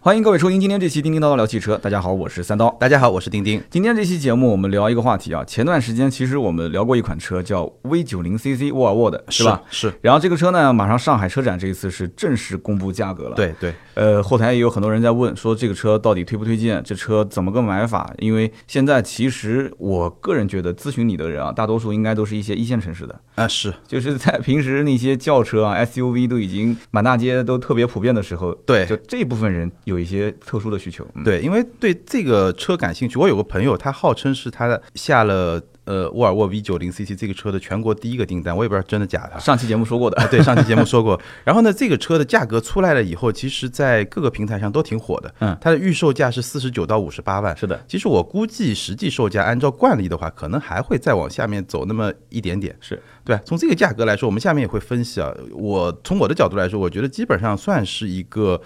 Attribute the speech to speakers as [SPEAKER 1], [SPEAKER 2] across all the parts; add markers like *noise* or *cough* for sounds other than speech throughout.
[SPEAKER 1] 欢迎各位收听今天这期《叮叮叨叨聊汽车》，大家好，我是三刀。
[SPEAKER 2] 大家好，我是丁丁。
[SPEAKER 1] 今天这期节目我们聊一个话题啊，前段时间其实我们聊过一款车叫 V 九零 CC 沃尔沃的，是吧？？
[SPEAKER 2] 是，
[SPEAKER 1] 然后这个车呢，马上上海车展这一次是正式公布价格了。，
[SPEAKER 2] 对对，
[SPEAKER 1] 呃，后台也有很多人在问说这个车到底推不推荐，这车怎么个买法？因为现在其实我个人觉得咨询你的人啊，大多数应该都是一些一线城市的，
[SPEAKER 2] 啊是，
[SPEAKER 1] 就是在平时那些轿车啊、SUV 都已经满大街都特别普遍的时候，
[SPEAKER 2] 对
[SPEAKER 1] 就这部分人有一些特殊的需求。嗯，
[SPEAKER 2] 对，因为对这个车感兴趣。我有个朋友，他号称是他下了呃沃尔沃 V 九零 CC 这个车的全国第一个订单，我也不知道真的假的。 *laughs*
[SPEAKER 1] 上期节目说过的，
[SPEAKER 2] 啊，对，上期节目说过。然后呢，这个车的价格出来了以后，其实在各个平台上都挺火的。
[SPEAKER 1] 嗯，
[SPEAKER 2] 它的预售价是四十九到五十八
[SPEAKER 1] *laughs*
[SPEAKER 2] 万。
[SPEAKER 1] 是的，
[SPEAKER 2] 其实我估计实际售价按照惯例的话，可能还会再往下面走那么一点点。
[SPEAKER 1] 是
[SPEAKER 2] 对啊，从这个价格来说，我们下面也会分析啊。我从我的角度来说，我觉得基本上算是一个。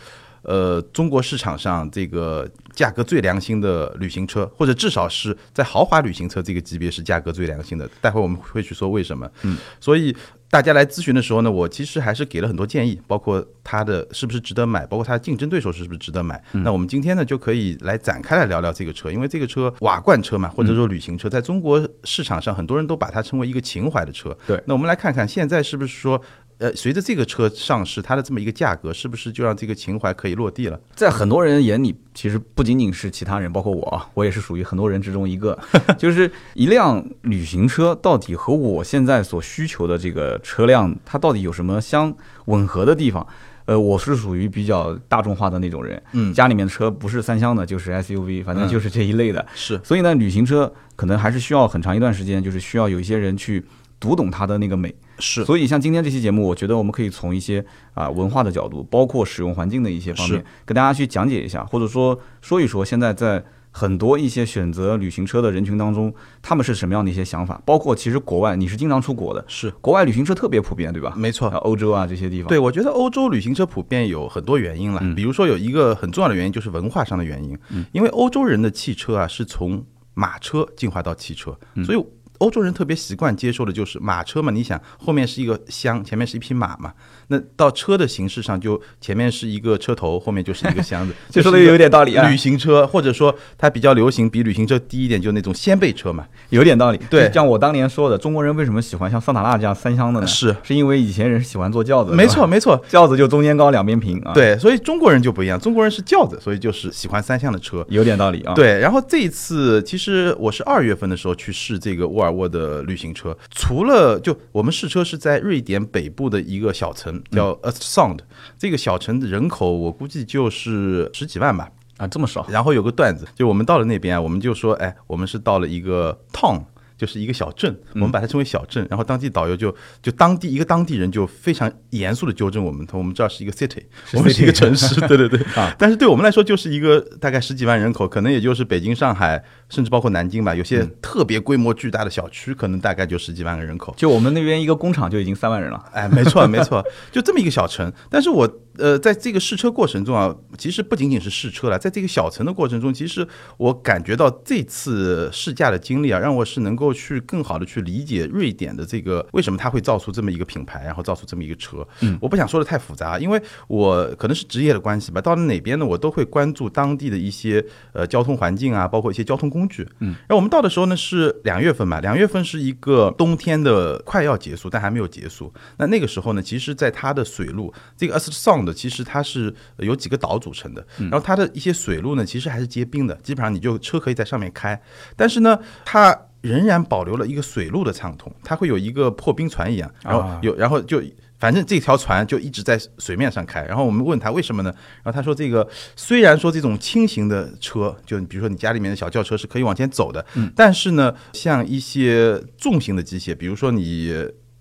[SPEAKER 2] 呃，中国市场上这个价格最良心的旅行车，或者至少是在豪华旅行车这个级别是价格最良心的。待会我们会去说为什么。嗯，所以大家来咨询的时候呢，我其实还是给了很多建议，包括它的是不是值得买，包括它的竞争对手是不是值得买。那我们今天呢，就可以来展开来聊聊这个车，因为这个车瓦罐车嘛，或者说旅行车，在中国市场上很多人都把它称为一个情怀的车。
[SPEAKER 1] 对
[SPEAKER 2] 那我们来看看现在是不是说。呃，随着这个车上市，它的这么一个价格，是不是就让这个情怀可以落地了？
[SPEAKER 1] 在很多人眼里，其实不仅仅是其他人，包括我啊，我也是属于很多人之中一 *laughs* 个。就是一辆旅行车到底和我现在所需求的这个车辆，它到底有什么相吻合的地方？呃，我是属于比较大众化的那种人，
[SPEAKER 2] 嗯
[SPEAKER 1] 家里面的车不是三厢的，就是 SUV，反正就是这一类的。
[SPEAKER 2] 是
[SPEAKER 1] 所以呢，旅行车可能还是需要很长一段时间，就是需要有一些人去读懂它的那个美。
[SPEAKER 2] 是，
[SPEAKER 1] 所以像今天这期节目，我觉得我们可以从一些啊、文化的角度，包括使用环境的一些方面
[SPEAKER 2] 是，
[SPEAKER 1] 跟大家去讲解一下，或者说说一说现在在很多一些选择旅行车的人群当中，他们是什么样的一些想法。包括其实国外，你是经常出国的，
[SPEAKER 2] 是
[SPEAKER 1] 国外旅行车特别普遍，对吧？
[SPEAKER 2] 没错
[SPEAKER 1] 啊，。欧洲啊这些地方。
[SPEAKER 2] 哦对，我觉得欧洲旅行车普遍有很多原因了，
[SPEAKER 1] 嗯
[SPEAKER 2] 比如说有一个很重要的原因就是文化上的原因，因为欧洲人的汽车啊是从马车进化到汽车，
[SPEAKER 1] 嗯
[SPEAKER 2] 所以。欧洲人特别习惯接受的就是马车嘛，你想后面是一个箱，前面是一匹马嘛，那到车的形式上就前面是一个车头，后面就是一
[SPEAKER 1] *laughs*，
[SPEAKER 2] 个箱子
[SPEAKER 1] 这说
[SPEAKER 2] 是
[SPEAKER 1] 得
[SPEAKER 2] 一个
[SPEAKER 1] 有点道理啊
[SPEAKER 2] 旅行车或者说它比较流行，比旅行车低一点，就那种掀背车嘛，
[SPEAKER 1] 有点道理，
[SPEAKER 2] 对
[SPEAKER 1] 就像我当年说的，中国人为什么喜欢像桑塔纳这样三厢的呢？
[SPEAKER 2] 是
[SPEAKER 1] 是因为以前人喜欢坐轿子，
[SPEAKER 2] 没
[SPEAKER 1] 是吧
[SPEAKER 2] 错，没错，
[SPEAKER 1] 轿子就中间高两边平啊，，
[SPEAKER 2] 对，所以中国人就不一样，中国人是轿子，所以就是喜欢三厢的车，
[SPEAKER 1] 有点道理啊。，
[SPEAKER 2] 对，然后这一次其实我是二月份的时候去试这个沃尔沃的旅行车，除了就我们试车是在瑞典北部的一个小城叫 Östersund，、这个小城的人口我估计就是十几万吧。
[SPEAKER 1] 啊，这么少，
[SPEAKER 2] 然后有个段子，就我们到了那边啊，我们就说，哎，我们是到了一个 town。就是一个小镇，
[SPEAKER 1] 嗯
[SPEAKER 2] 我们把它称为小镇。然后当地导游就就当地一个当地人就非常严肃的纠正我们，他说我们这儿是一个 city，
[SPEAKER 1] 是
[SPEAKER 2] 我们是一个
[SPEAKER 1] city
[SPEAKER 2] 城
[SPEAKER 1] *laughs*
[SPEAKER 2] 市，对对对
[SPEAKER 1] 啊。
[SPEAKER 2] 但是对我们来说就是一个大概十几万人口，可能也就是北京、上海，甚至包括南京吧。有
[SPEAKER 1] 嗯
[SPEAKER 2] 些特别规模巨大的小区，可能大概就十几万个人口。
[SPEAKER 1] 就我们那边一个工厂就已经三万人了。
[SPEAKER 2] 哎，没错没错，就这么一个小城。但是我呃，在这个试车过程中啊，其实不仅仅是试车了，在这个小城的过程中，其实我感觉到这次试驾的经历啊，让我是能够去更好的去理解瑞典的这个为什么它会造出这么一个品牌，然后造出这么一个车。嗯，我不想说的太复杂，因为我可能是职业的关系吧，到了哪边呢，我都会关注当地的一些呃交通环境啊，包括一些交通工具。然后我们到的时候呢是两月份嘛，两月份是一个冬天的快要结束，但还没有结束。那那个时候呢，其实在它的水路，这个 Östersund 其实它是呃有几个岛组成的，然后它的一些水路呢，其实还是结冰的，基本上你就车可以在上面开，但是呢，它。仍然保留了一个水路的畅通，它会有一个破冰船一样，然后
[SPEAKER 1] 啊
[SPEAKER 2] 有，然后就反正这条船就一直在水面上开。然后我们问他为什么呢？然后他说这个虽然说这种轻型的车，就比如说你家里面的小轿车是可以往前走的，但是呢，像一些重型的机械，比如说你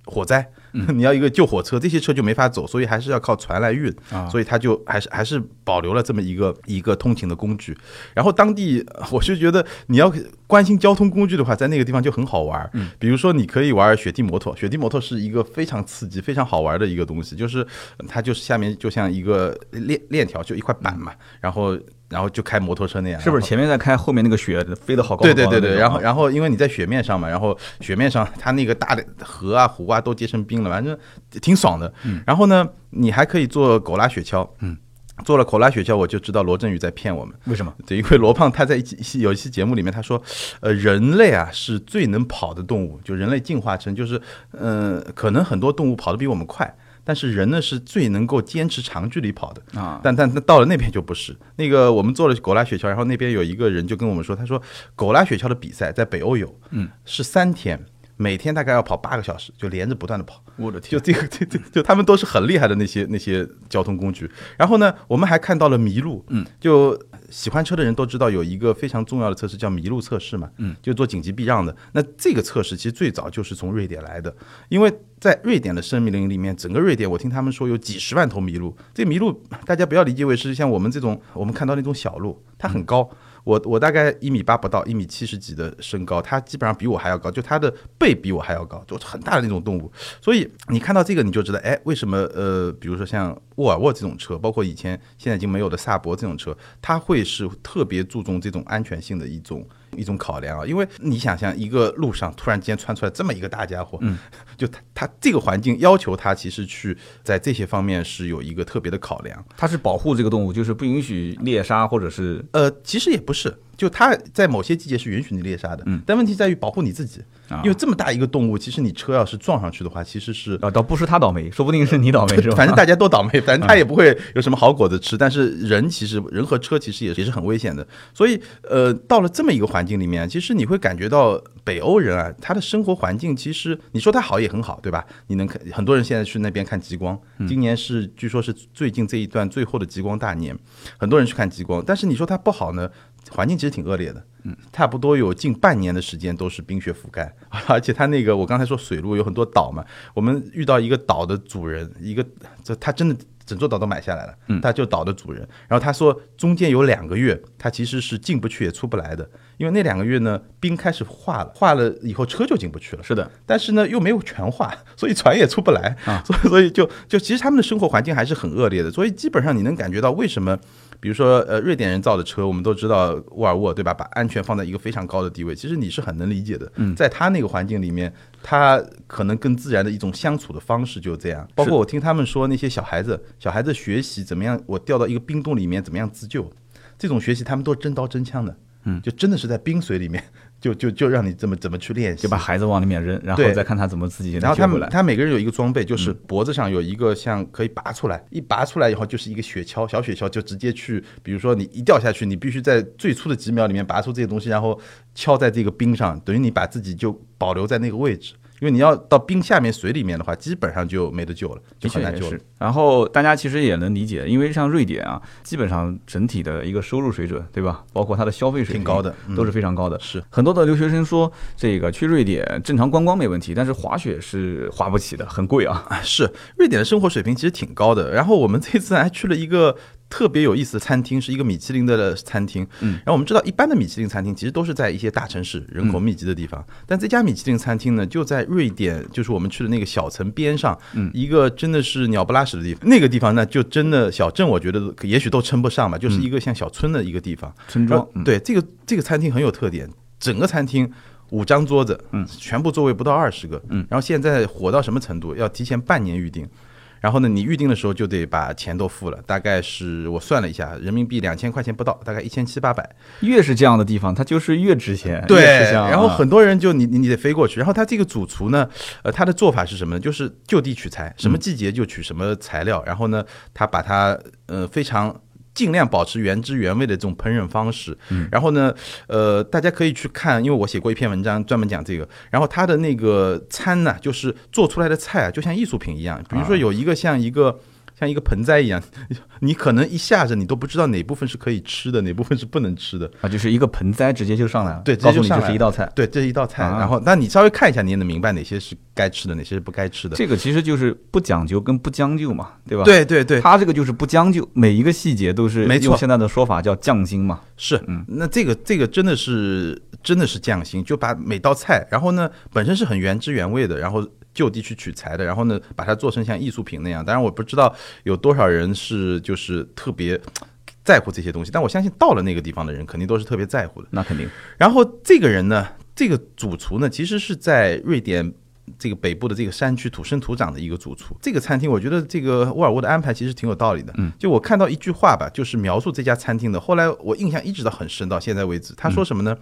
[SPEAKER 2] 火灾。
[SPEAKER 1] 嗯
[SPEAKER 2] *laughs* 你要一个救火车，这些车就没法走，所以还是要靠船来运，
[SPEAKER 1] 啊
[SPEAKER 2] 所以它就还是还是保留了这么一个一个通勤的工具。然后当地， *laughs* 我是觉得你要关心交通工具的话，在那个地方就很好玩。嗯，比如说你可以玩雪地摩托，雪地摩托是一个非常刺激、非常好玩的一个东西，就是它就是下面就像一个链链条，就一块板嘛，然后然后就开摩托车那
[SPEAKER 1] 嗯
[SPEAKER 2] 样，啊
[SPEAKER 1] 是不
[SPEAKER 2] 然后
[SPEAKER 1] 是前面在开，后面那个雪飞得好高？啊
[SPEAKER 2] 对对对对，然后
[SPEAKER 1] 后
[SPEAKER 2] 然后因为你在雪面上嘛，然后雪面上它那个大的河啊湖啊都结成冰了，反正挺爽的。然后呢，你还可以坐狗拉雪橇，嗯。做了口拉雪橇，我就知道罗振宇在骗我们。
[SPEAKER 1] 为什么？
[SPEAKER 2] 对，因为罗胖他在一期有一期节目里面他说，呃，人类啊是最能跑的动物，就人类进化成就是，嗯，可能很多动物跑得比我们快，但是人呢是最能够坚持长距离跑的。
[SPEAKER 1] 啊，
[SPEAKER 2] 但但但到了那边就不是，那个我们做了狗拉雪橇，然后那边有一个人就跟我们说，他说狗拉雪橇的比赛在北欧有，
[SPEAKER 1] 嗯，
[SPEAKER 2] 是三天，每天大概要跑八个小时，就连着不断的跑。
[SPEAKER 1] 我的
[SPEAKER 2] 就！这个，这这就他们都是很厉害的那些那些交通工具。然后呢，我们还看到了麋鹿，
[SPEAKER 1] 嗯，
[SPEAKER 2] 就喜欢车的人都知道有一个非常重要的测试叫麋鹿测试嘛，
[SPEAKER 1] 嗯，
[SPEAKER 2] 就做紧急避让的。那这个测试其实最早就是从瑞典来的，因为在瑞典的森林里面，整个瑞典我听他们说有几十万头麋鹿。这麋鹿大家不要理解为是像我们这种我们看到那种小鹿，它很高。我我大概一米八不到，一米七十几的身高，它基本上比我还要高，就它的背比我还要高，就是很大的那种动物。所以你看到这个，你就知道，哎，为什么呃，比如说像沃尔沃这种车，包括以前现在已经没有的萨博这种车，它会是特别注重这种安全性的一种一种考量啊。因为你想想，一个路上突然间窜出来这么一个大家伙，
[SPEAKER 1] 嗯，
[SPEAKER 2] 就它它这个环境要求它其实去在这些方面是有一个特别的考量。
[SPEAKER 1] 它是保护这个动物，就是不允许猎杀或者是
[SPEAKER 2] 呃，其实也不是，就它在某些季节是允许你猎杀的，
[SPEAKER 1] 嗯，
[SPEAKER 2] 但问题在于保护你自己，
[SPEAKER 1] 啊
[SPEAKER 2] 因为这么大一个动物，其实你车要是撞上去的话，其实是
[SPEAKER 1] 啊，倒不是它倒霉，说不定是你倒霉，是吧？
[SPEAKER 2] 反正大家都倒霉，反正他也不会有什么好果子吃。但是人其实人和车其实也是也是很危险的，所以呃，到了这么一个环境里面，其实你会感觉到北欧人啊，他的生活环境其实你说他好也很好，对吧？你能看很多人现在去那边看极光，今年是据说是最近这一段最后的极光大年，很多人去看极光。但是你说它不好呢，环境其实挺恶劣的。差不多有近半年的时间都是冰雪覆盖， *laughs* 而且它那个我刚才说水路有很多岛嘛，我们遇到一个岛的主人，一个这他真的整座岛都买下来了，他就岛的主人，然后他说中间有两个月他其实是进不去也出不来的，因为那两个月呢冰开始化了，化了以后车就进不去了，
[SPEAKER 1] *laughs* 是的，
[SPEAKER 2] 但是呢又没有全化， *laughs* 所以船也出不来
[SPEAKER 1] 啊，
[SPEAKER 2] *laughs* 所以所以就就其实他们的生活环境还是很恶劣的，所以基本上你能感觉到为什么。比如说，呃，瑞典人造的车，我们都知道沃尔沃，对吧？把安全放在一个非常高的地位，其实你是很能理解的。在他那个环境里面，他可能更自然的一种相处的方式就是这样。包括我听他们说，那些小孩子，小孩子学习怎么样，我掉到一个冰洞里面怎么样自救，这种学习他们都真刀真枪的，嗯，就真的是在冰水里面， *laughs* 就就就让你怎么怎么去练习，
[SPEAKER 1] 就把孩子往里面扔，然后
[SPEAKER 2] 对
[SPEAKER 1] 再看他怎么自己
[SPEAKER 2] 然后他
[SPEAKER 1] 救回
[SPEAKER 2] 们
[SPEAKER 1] 来。嗯
[SPEAKER 2] 他每个人有一个装备，就是脖子上有一个像可以拔出来，一拔出来以后就是一个雪橇，小雪橇就直接去，比如说你一掉下去，你必须在最初的几秒里面拔出这些东西，然后敲在这个冰上，等于你把自己就保留在那个位置，因为你要到冰下面水里面的话，基本上就没得救了，
[SPEAKER 1] 的
[SPEAKER 2] 就
[SPEAKER 1] 确
[SPEAKER 2] 很难
[SPEAKER 1] 也
[SPEAKER 2] 救了
[SPEAKER 1] 是。，然后大家其实也能理解，因为像瑞典啊，基本上整体的一个收入水准，对吧？包括它的消费水平
[SPEAKER 2] 挺高的嗯
[SPEAKER 1] 都是非常高的。
[SPEAKER 2] 是
[SPEAKER 1] 很多的留学生说，这个去瑞典正常观光没问题，但是滑雪是滑不起的，很贵啊。
[SPEAKER 2] 啊，是瑞典的生活水平其实挺高的。然后我们这次还去了一个特别有意思的餐厅，是一个米其林的餐厅。
[SPEAKER 1] 嗯，
[SPEAKER 2] 然后我们知道一般的米其林餐厅其实都是在一些大城市人口
[SPEAKER 1] 嗯
[SPEAKER 2] 密集的地方，但这家米其林餐厅呢就在瑞典，就是我们去的那个小城边上，
[SPEAKER 1] 嗯
[SPEAKER 2] 一个真的是鸟不拉屎的地方。那个地方呢，就真的小镇，我觉得也许都称不上吧，就是
[SPEAKER 1] 嗯
[SPEAKER 2] 一个像小村的一个地方。
[SPEAKER 1] 村
[SPEAKER 2] 然
[SPEAKER 1] 庄 *laughs*
[SPEAKER 2] 后，
[SPEAKER 1] 嗯，
[SPEAKER 2] 对，这个这个餐厅很有特点，整个餐厅五张桌子，嗯，全部座位不到二十个，
[SPEAKER 1] 嗯，
[SPEAKER 2] 然后现在火到什么程度？要提前半年预定。然后呢，你预定的时候就得把钱都付了，大概是我算了一下，人民币两千块钱不到，大概一千七八百。
[SPEAKER 1] 越是这样的地方，它就是越值钱，
[SPEAKER 2] 对，
[SPEAKER 1] 越吃香啊
[SPEAKER 2] 然后很多人就你你你得飞过去。然后他这个主厨呢，呃，他的做法是什么呢？就是就地取材，什么
[SPEAKER 1] 嗯
[SPEAKER 2] 季节就取什么材料，然后呢，他把它呃非常。尽量保持原汁原味的这种烹饪方式，
[SPEAKER 1] 嗯
[SPEAKER 2] 然后呢，呃，大家可以去看，因为我写过一篇文章专门讲这个。然后他的那个餐呢、就是做出来的菜啊，就像艺术品一样。比如
[SPEAKER 1] 啊
[SPEAKER 2] 说有一个像一个像一个盆栽一样， *laughs* 你可能一下子你都不知道哪部分是可以吃的，哪部分是不能吃的。
[SPEAKER 1] 啊，就是一个盆栽直接就上来了，
[SPEAKER 2] 对直接
[SPEAKER 1] 告
[SPEAKER 2] 就
[SPEAKER 1] 诉你
[SPEAKER 2] 上
[SPEAKER 1] 这
[SPEAKER 2] 来
[SPEAKER 1] 是一
[SPEAKER 2] 了
[SPEAKER 1] 道菜。
[SPEAKER 2] 对，这是一道菜。
[SPEAKER 1] 啊
[SPEAKER 2] 然后，那你稍微看一下，你也能明白哪些是该吃的，哪些是不该吃的。
[SPEAKER 1] 这个其实就是不讲究跟不将就嘛，对吧？，
[SPEAKER 2] 对对对，
[SPEAKER 1] 它这个就是不将就，每一个细节都是
[SPEAKER 2] 没错
[SPEAKER 1] 用现在的说法叫匠心嘛。
[SPEAKER 2] 是。那这个这个真的是真的是匠心，就把每道菜，然后呢本身是很原汁原味的，然后就地去取材的，然后呢把它做成像艺术品那样。当然，我不知道有多少人是就是特别。在乎这些东西，但我相信到了那个地方的人肯定都是特别在乎的。
[SPEAKER 1] 那肯定
[SPEAKER 2] 然后这个人呢，这个主厨呢，其实是在瑞典这个北部的这个山区土生土长的一个主厨。这个餐厅，我觉得这个沃尔沃的安排其实挺有道理的。嗯，就我看到一句话吧，就是描述这家餐厅的。后来我印象一直到很深，到现在为止，他说什么呢？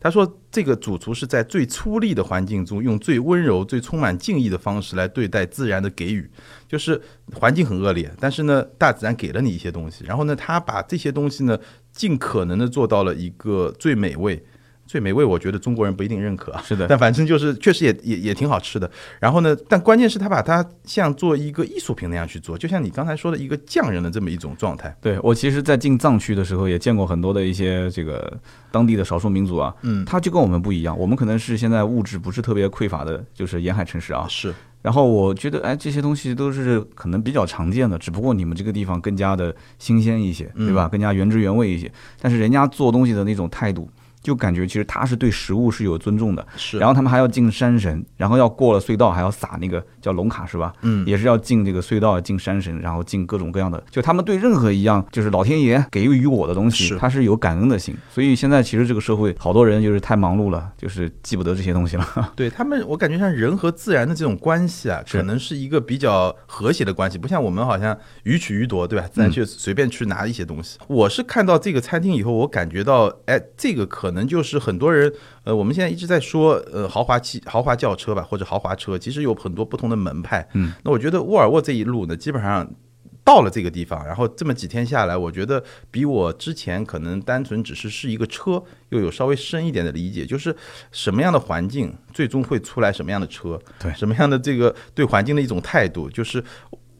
[SPEAKER 2] 他说这个主厨是在最粗粝的环境中，用最温柔、最充满敬意的方式来对待自然的给予。就是环境很恶劣，但是呢，大自然给了你一些东西，然后呢，他把这些东西呢，尽可能的做到了一个最美味。最美味，我觉得中国人不一定认可啊。
[SPEAKER 1] 是的
[SPEAKER 2] 但反正就是确实也也也挺好吃的。然后呢，但关键是他把它像做一个艺术品那样去做，就像你刚才说的一个匠人的这么一种状态。
[SPEAKER 1] 对我其实，在进藏区的时候，也见过很多的一些这个当地的少数民族啊，
[SPEAKER 2] 嗯
[SPEAKER 1] 他就跟我们不一样，我们可能是现在物质不是特别匮乏的，就是沿海城市啊。
[SPEAKER 2] 是，
[SPEAKER 1] 然后我觉得，哎，这些东西都是可能比较常见的，只不过你们这个地方更加的新鲜一些，
[SPEAKER 2] 嗯
[SPEAKER 1] 对吧？更加原汁原味一些。但是人家做东西的那种态度，就感觉其实他是对食物是有尊重的。
[SPEAKER 2] 是
[SPEAKER 1] 然后他们还要进山神，然后要过了隧道还要撒那个叫龙卡是吧？
[SPEAKER 2] 嗯
[SPEAKER 1] 也是要进这个隧道、进山神，然后进各种各样的，就他们对任何一样就是老天爷给予我的东西，
[SPEAKER 2] 是
[SPEAKER 1] 他是有感恩的心。所以现在其实这个社会好多人就是太忙碌了，就是记不得这些东西了。 *laughs*
[SPEAKER 2] 对他们，我感觉像人和自然的这种关系啊，
[SPEAKER 1] 是
[SPEAKER 2] 可能是一个比较和谐的关系，不像我们好像予取予夺，对吧？自
[SPEAKER 1] 嗯
[SPEAKER 2] 然去随便去拿一些东西。我是看到这个餐厅以后，我感觉到，哎，这个可能就是很多人，呃，我们现在一直在说，呃，豪华汽、豪华轿车吧，或者豪华车，其实有很多不同的门派。
[SPEAKER 1] 嗯，
[SPEAKER 2] 那我觉得沃尔沃这一路呢，基本上。到了这个地方，然后这么几天下来，我觉得比我之前可能单纯只是是一个车，又有稍微深一点的理解，就是什么样的环境最终会出来什么样的车，
[SPEAKER 1] 对
[SPEAKER 2] 什么样的这个对环境的一种态度，就是。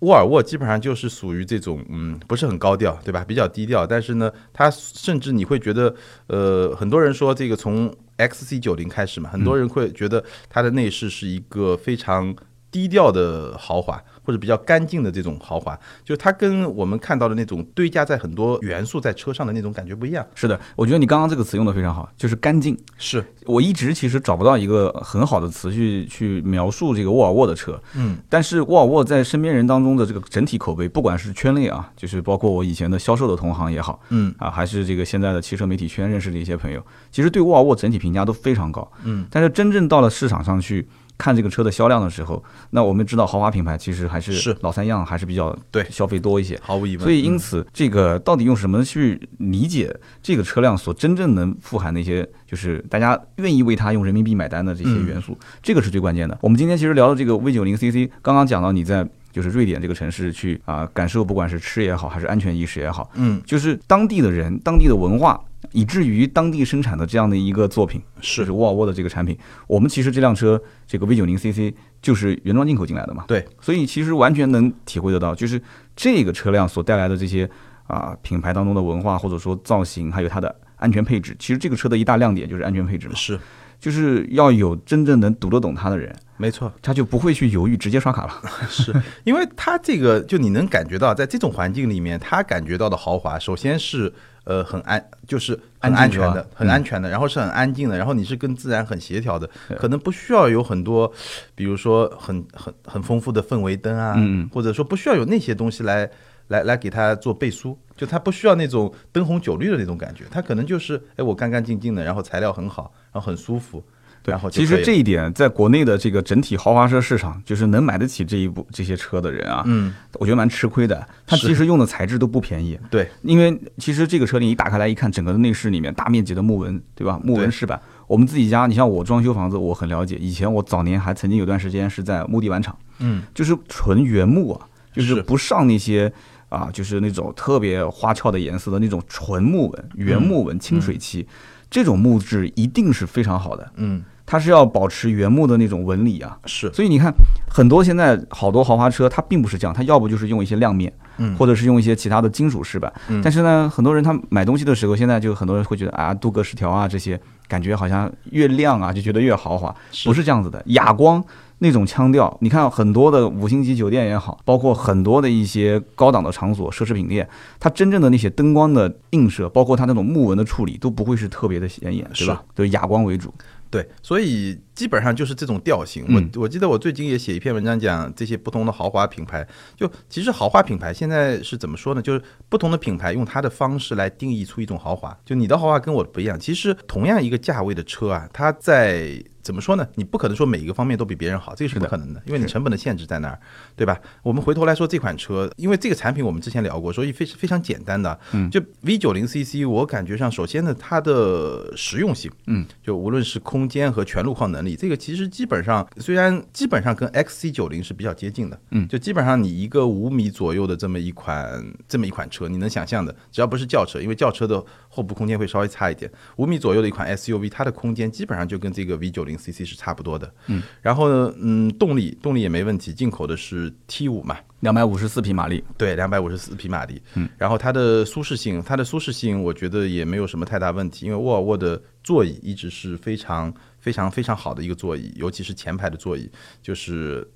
[SPEAKER 2] 沃尔沃基本上就是属于这种，嗯，不是很高调，对吧？比较低调，但是呢，它甚至你会觉得，呃，很多人说这个从 XC 九零开始
[SPEAKER 1] 嗯
[SPEAKER 2] 嘛，很多人会觉得它的内饰是一个非常低调的豪华，或者比较干净的这种豪华，就是它跟我们看到的那种堆加在很多元素在车上的那种感觉不一样。
[SPEAKER 1] 是的，我觉得你刚刚这个词用的非常好，就是干净。
[SPEAKER 2] 是，
[SPEAKER 1] 我一直其实找不到一个很好的词去去描述这个沃尔沃的车，
[SPEAKER 2] 嗯，
[SPEAKER 1] 但是沃尔沃在身边人当中的这个整体口碑，不管是圈内啊，就是包括我以前的销售的同行也好，
[SPEAKER 2] 嗯
[SPEAKER 1] 啊，还是这个现在的汽车媒体圈认识的一些朋友，其实对沃尔沃整体评价都非常高，
[SPEAKER 2] 嗯，
[SPEAKER 1] 但是真正到了市场上去看这个车的销量的时候，那我们知道豪华品牌其实还是
[SPEAKER 2] 是
[SPEAKER 1] 老三样还是比较
[SPEAKER 2] 对
[SPEAKER 1] 消费多一些，
[SPEAKER 2] 毫无疑问。
[SPEAKER 1] 所以，因此，这个到底用什么去理解这个车辆所真正能富含的一些，就是大家愿意为它用人民币买单的这些元素，这个是最关键的。我们今天其实聊的这个 V 九零 CC，刚刚讲到你在就是瑞典这个城市去啊、感受，不管是吃也好，还是安全意识也好，
[SPEAKER 2] 嗯，
[SPEAKER 1] 就是当地的人、当地的文化，以至于当地生产的这样的一个作品，就是是沃尔沃的这个产品。我们其实这辆车这个 V 九零 CC 就是原装进口进来的嘛，
[SPEAKER 2] 对，
[SPEAKER 1] 所以其实完全能体会得到，就是这个车辆所带来的这些啊、品牌当中的文化，或者说造型，还有它的安全配置。其实这个车的一大亮点就是安全配置嘛，
[SPEAKER 2] 是
[SPEAKER 1] 就是要有真正能读得懂它的人，
[SPEAKER 2] 没错，
[SPEAKER 1] 他就不会去犹豫，直接刷卡了。
[SPEAKER 2] 是因为它这个就你能感觉到，在这种环境里面，他感觉到的豪华，首先是呃很安，就是
[SPEAKER 1] 安
[SPEAKER 2] 很安
[SPEAKER 1] 静
[SPEAKER 2] 全
[SPEAKER 1] 是吧嗯
[SPEAKER 2] 的，很安全的，然后是很安静的，然后你是跟自然很协调的，可能不需要有很多，比如说很很很丰富的氛围灯啊，
[SPEAKER 1] 嗯
[SPEAKER 2] 或者说不需要有那些东西来来来给它做背书。就它不需要那种灯红酒绿的那种感觉，它可能就是，哎，我干干净净的，然后材料很好，然后很舒服，
[SPEAKER 1] 对
[SPEAKER 2] 然后，哦就
[SPEAKER 1] 其
[SPEAKER 2] 可
[SPEAKER 1] 实
[SPEAKER 2] 以
[SPEAKER 1] 这
[SPEAKER 2] 了
[SPEAKER 1] 一点在国内的这个整体豪华车市场，就是能买得起这一部这些车的人啊，
[SPEAKER 2] 嗯，
[SPEAKER 1] 我觉得蛮吃亏的。它
[SPEAKER 2] 是
[SPEAKER 1] 其实用的材质都不便
[SPEAKER 2] *laughs*
[SPEAKER 1] 宜，
[SPEAKER 2] 对
[SPEAKER 1] 因为其实这个车你一打开来一看，整个的内饰里面大面积的木纹，对吧？木纹
[SPEAKER 2] 对
[SPEAKER 1] 饰板。我们自己家，你像我装修房子，我很了解。以前我早年还曾经有段时间是在木地板厂，
[SPEAKER 2] 嗯，
[SPEAKER 1] 就是纯原木啊，就是
[SPEAKER 2] 是
[SPEAKER 1] 不上那些啊，就是那种特别花俏的颜色的那种纯木纹、原木纹、清水漆，这种木质一定是非常好的。
[SPEAKER 2] 嗯，
[SPEAKER 1] 它是要保持原木的那种纹理啊。
[SPEAKER 2] 是
[SPEAKER 1] 所以你看，很多现在好多豪华车，它并不是这样，它要不就是用一些亮面，
[SPEAKER 2] 嗯
[SPEAKER 1] 或者是用一些其他的金属饰板。
[SPEAKER 2] 嗯
[SPEAKER 1] 但是呢，很多人他买东西的时候，现在就很多人会觉得啊，镀铬饰条啊这些，感觉好像越亮啊就觉得越豪华，
[SPEAKER 2] 是
[SPEAKER 1] 不是这样子的。哑光那种腔调，你看很多的五星级酒店也好，包括很多的一些高档的场所、奢侈品店，它真正的那些灯光的映射，包括它那种木纹的处理，都不会是特别的显眼，对吧？都是哑光为主。
[SPEAKER 2] 对，所以基本上就是这种调性。
[SPEAKER 1] 嗯
[SPEAKER 2] 我我记得我最近也写一篇文章讲这些不同的豪华品牌，就其实豪华品牌现在是怎么说呢？就是不同的品牌用它的方式来定义出一种豪华。就你的豪华跟我的不一样，其实同样一个价位的车啊，它在怎么说呢？你不可能说每一个方面都比别人好，这个是不
[SPEAKER 1] 是的
[SPEAKER 2] 可能的，因为你
[SPEAKER 1] 是
[SPEAKER 2] 成本的限制在那儿，对吧？我们回头来说这款车，因为这个产品我们之前聊过，所以非非常简单的，
[SPEAKER 1] 嗯
[SPEAKER 2] 就 V 九零 CC，我感觉上首先呢，它的实用性，
[SPEAKER 1] 嗯，
[SPEAKER 2] 就无论是空间和全路况能力，这个其实基本上虽然基本上跟 XC 九零是比较接近的，
[SPEAKER 1] 嗯
[SPEAKER 2] 就基本上你一个五米左右的这么一款这么一款车，你能想象的，只要不是轿车，因为轿车的后部空间会稍微差一点，五米左右的一款 SUV，它的空间基本上就跟这个 V 九零 CC 是差不多的，嗯，然后呢，嗯，动力动力也没问题，进口的是 T 五嘛，
[SPEAKER 1] 两百五十四匹马力，
[SPEAKER 2] 对，两百五十四匹马力。嗯，然后它的舒适性，它的舒适性我觉得也没有什么太大问题，因为沃尔沃的座椅一直是非常非常非常好的一个座椅，尤其是前排的座椅，就是。嗯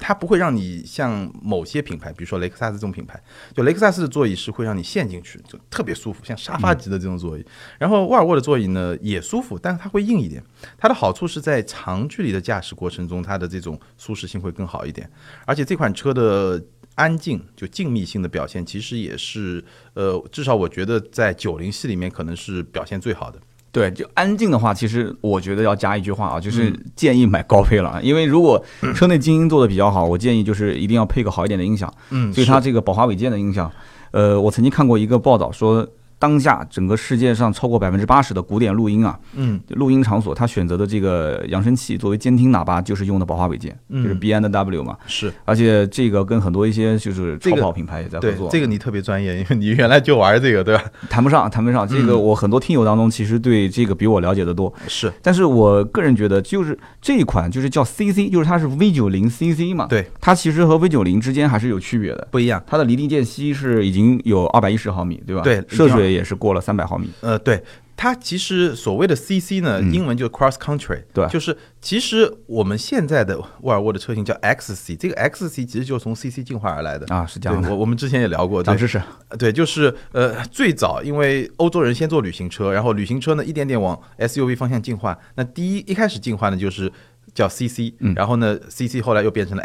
[SPEAKER 2] 它不会让你像某些品牌，比如说雷克萨斯这种品牌，就雷克萨斯的座椅是会让你陷进去，就特别舒服，像沙发级的这种座椅。然后沃尔沃的座椅呢也舒服，但是它会硬一点。它的好处是在长距离的驾驶过程中，它的这种舒适性会更好一点。而且这款车的安静就静谧性的表现，其实也是呃，至少我觉得在九零系里面可能是表现最好的。
[SPEAKER 1] 对，就安静的话，其实我觉得要加一句话啊，就是
[SPEAKER 2] 嗯
[SPEAKER 1] 建议买高配了，啊因为如果车内静音做的比较好，我建议就是一定要配个好一点的音响。
[SPEAKER 2] 嗯
[SPEAKER 1] 所以它这个宝华韦健的音响，呃，我曾经看过一个报道说，当下整个世界上超过百分之八十的古典录音啊，
[SPEAKER 2] 嗯
[SPEAKER 1] 录音场所它选择的这个扬声器作为监听喇叭，就是用的宝华韦健，就是
[SPEAKER 2] 嗯
[SPEAKER 1] B N W 嘛。
[SPEAKER 2] 是
[SPEAKER 1] 而且这个跟很多一些就是
[SPEAKER 2] 这
[SPEAKER 1] 超
[SPEAKER 2] 个
[SPEAKER 1] 跑品牌也在合
[SPEAKER 2] 对
[SPEAKER 1] 作，
[SPEAKER 2] 这个你特别专业， *laughs* 因为你原来就玩这个嗯对吧？
[SPEAKER 1] 谈不上，谈不上。这个我很多听友当中其实对这个比我了解的多，
[SPEAKER 2] 是
[SPEAKER 1] 但是我个人觉得，就是这一款就是叫 CC，就是它是 V 九零 CC 嘛，
[SPEAKER 2] 对，
[SPEAKER 1] 它其实和 V 九零之间还是有区别的。
[SPEAKER 2] 不一样。
[SPEAKER 1] 它的离地间隙是已经有二百一十毫米，对吧？
[SPEAKER 2] 对
[SPEAKER 1] 涉水也是过了三百毫米。
[SPEAKER 2] 呃，对，它其实所谓的 CC 呢，
[SPEAKER 1] 嗯
[SPEAKER 2] 英文就是 cross country，
[SPEAKER 1] 对
[SPEAKER 2] 就是其实我们现在的沃尔沃的车型叫 XC，这个 XC 其实就是从 CC 进化而来的。
[SPEAKER 1] 啊，是这
[SPEAKER 2] 对，
[SPEAKER 1] 样的，
[SPEAKER 2] 我我们之前也聊过，对
[SPEAKER 1] 长，知识。
[SPEAKER 2] 对，就是呃，最早因为欧洲人先做旅行车，然后旅行车呢一点点往 SUV 方向进化。那第一一开始进化呢就是叫 CC，然后呢 CC 后来又变成了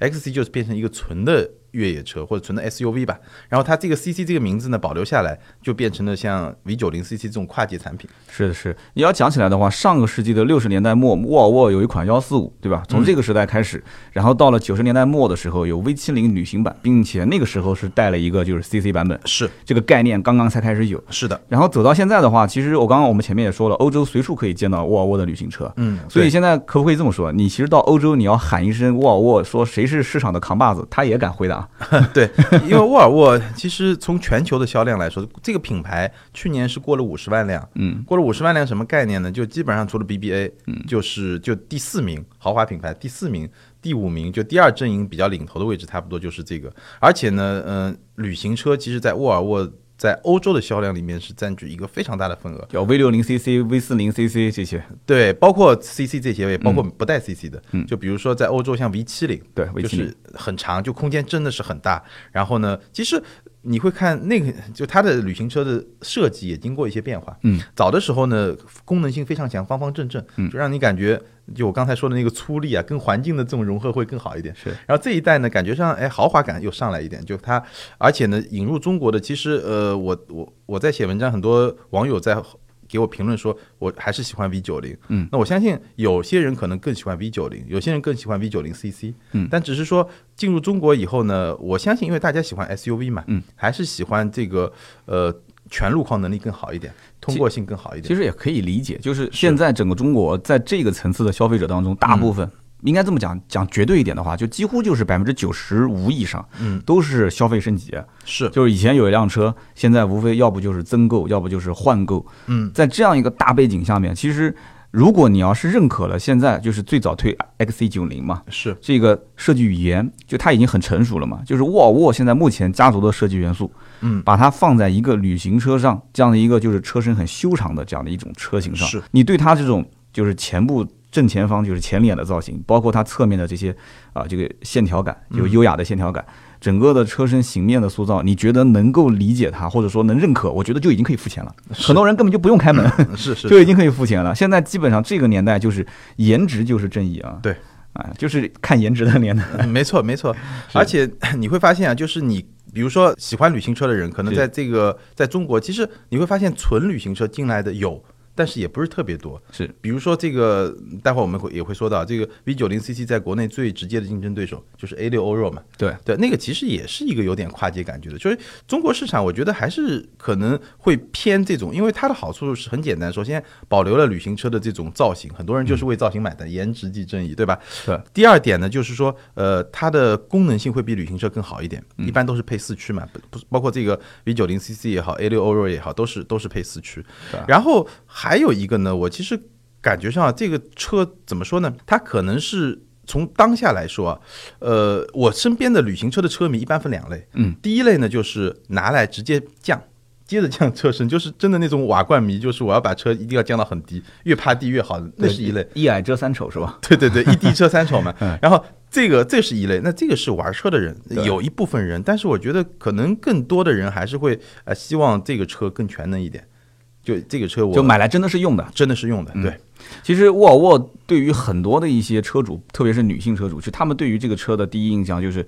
[SPEAKER 2] XC，XC 就是变成一个纯的越野车或者纯的 SUV 吧。然后它这个 CC 这个名字呢保留下来，就变成了像 V 9 0 CC 这种跨界产品。
[SPEAKER 1] 是的，是。你要讲起来的话，上个世纪的六十年代末，沃尔沃有一款幺四五，对吧？从这个时代开始，然后到了九十年代末的时候，有 V 七零旅行版，并且那个时候是带了一个就是 CC 版本，
[SPEAKER 2] 是
[SPEAKER 1] 这个概念刚刚才开始有。
[SPEAKER 2] 是的，
[SPEAKER 1] 然后走到现在的话，其实我刚刚我们前面也说了，欧洲随处可以见到沃尔沃的旅行车。
[SPEAKER 2] 嗯，
[SPEAKER 1] 所以
[SPEAKER 2] 对
[SPEAKER 1] 现在可不可以这么说？你其实到欧洲，你要喊一声沃尔沃，说谁是市场的扛把子，他也敢回答。
[SPEAKER 2] *laughs* 对，因为沃尔沃其实从全球的销量来说，这个品牌去年是过了五十万辆。
[SPEAKER 1] 嗯，
[SPEAKER 2] 过了五十万辆什么概念呢？就基本上除了 BBA，就是就第四名豪华品牌，第四名、第五名就第二阵营比较领头的位置，差不多就是这个。而且呢，嗯、旅行车其实在沃尔沃在欧洲的销量里面是占据一个非常大的份额，
[SPEAKER 1] 有 V 六零 CC、V 四零 CC 这些，
[SPEAKER 2] 对，包括 CC 这些，也包括不带 CC 的，就比如说在欧洲像 V 七零，
[SPEAKER 1] 对 V
[SPEAKER 2] 就
[SPEAKER 1] 七零
[SPEAKER 2] 是很长，就空间真的是很大。然后呢，其实你会看那个，就它的旅行车的设计也经过一些变化。
[SPEAKER 1] 嗯，
[SPEAKER 2] 早的时候呢，功能性非常强，方方正正，就让你感觉就我刚才说的那个粗粝啊，跟环境的这种融合会更好一点。
[SPEAKER 1] 是，
[SPEAKER 2] 然后这一代呢，感觉上哎豪华感又上来一点，就它，而且呢，引入中国的其实呃，我我我在写文章，很多网友在。给我评论说，我还是喜欢 V 九零。嗯，那我相信有些人可能更喜欢 V 九零，有些人更喜欢 V 九零 CC。嗯，但只是说进入中国以后呢，我相信因为大家喜欢 SUV 嘛，嗯，还是喜欢这个呃全路况能力更好一点，通过性更好一点。
[SPEAKER 1] 其实也可以理解，就是现在整个中国在这个层次的消费者当中，大部分。应该这么讲，讲绝对一点的话，就几乎就是百分之九十五以上，
[SPEAKER 2] 嗯，
[SPEAKER 1] 都是消费升级。
[SPEAKER 2] 是
[SPEAKER 1] 就是以前有一辆车，现在无非要不就是增购，要不就是换购。
[SPEAKER 2] 嗯，
[SPEAKER 1] 在这样一个大背景下面，其实如果你要是认可了现在就是最早推 XC 九零嘛，
[SPEAKER 2] 是
[SPEAKER 1] 这个设计语言就它已经很成熟了嘛，就是沃尔沃现在目前家族的设计元素，
[SPEAKER 2] 嗯
[SPEAKER 1] 把它放在一个旅行车上这样的一个就是车身很修长的这样的一种车型上，
[SPEAKER 2] 是
[SPEAKER 1] 你对它这种就是前部。正前方就是前脸的造型，包括它侧面的这些啊、这个线条感，有优雅的线条感，整个的车身形面的塑造，你觉得能够理解它，或者说能认可，我觉得就已经可以付钱了。很多人根本就不用开门，
[SPEAKER 2] 是是，
[SPEAKER 1] 就已经可以付钱了。现在基本上这个年代就是颜值就是正义啊，
[SPEAKER 2] 对，
[SPEAKER 1] 啊，就是看颜值的年代。
[SPEAKER 2] 嗯没错没错。而且 *clears throat* 你会发现啊，就是你比如说喜欢旅行车的人，可能
[SPEAKER 1] 是
[SPEAKER 2] 在这个在中国，其实你会发现纯旅行车进来的有。但是也不是特别多，
[SPEAKER 1] 是
[SPEAKER 2] 比如说这个，待会儿我们会也会说到这个 V 9 0 CC 在国内最直接的竞争对手就是 A 6 Allroad 嘛，
[SPEAKER 1] 对，
[SPEAKER 2] 对，那个其实也是一个有点跨界感觉的，就是中国市场，我觉得还是可能会偏这种，因为它的好处是很简单，首先保留了旅行车的这种造型，很多人就是为造型买单，颜值即正义，对吧？
[SPEAKER 1] 对。
[SPEAKER 2] 第二点呢，就是说，呃，它的功能性会比旅行车更好一点，
[SPEAKER 1] 嗯
[SPEAKER 2] 一般都是配四驱嘛，不不包括这个 V 9 0 CC 也好，A 6 Allroad 也好，都是都是配四驱
[SPEAKER 1] 对。啊
[SPEAKER 2] 然后还有一个呢，我其实感觉上、啊、这个车怎么说呢？它可能是。从当下来说啊，呃，我身边的旅行车的车迷一般分两类，
[SPEAKER 1] 嗯，
[SPEAKER 2] 第一类呢就是拿来直接降，接着降车身， *laughs* 就是真的那种瓦罐迷，就是我要把车一定要降到很低，越趴低越好，那是一类。
[SPEAKER 1] 一矮遮三丑是吧？
[SPEAKER 2] *laughs* 对对对，
[SPEAKER 1] *laughs*
[SPEAKER 2] 一低车三丑嘛。然后这个这是一类，那这个是玩车的人，
[SPEAKER 1] 嗯对
[SPEAKER 2] 有一部分人，但是我觉得可能更多的人还是会呃希望这个车更全能一点，就这个车我
[SPEAKER 1] 就买嗯来真的是用的。
[SPEAKER 2] 真的是用的，对，
[SPEAKER 1] 其实沃尔沃对于很多的一些车主，特别是女性车主，就他们对于这个车的第一印象就是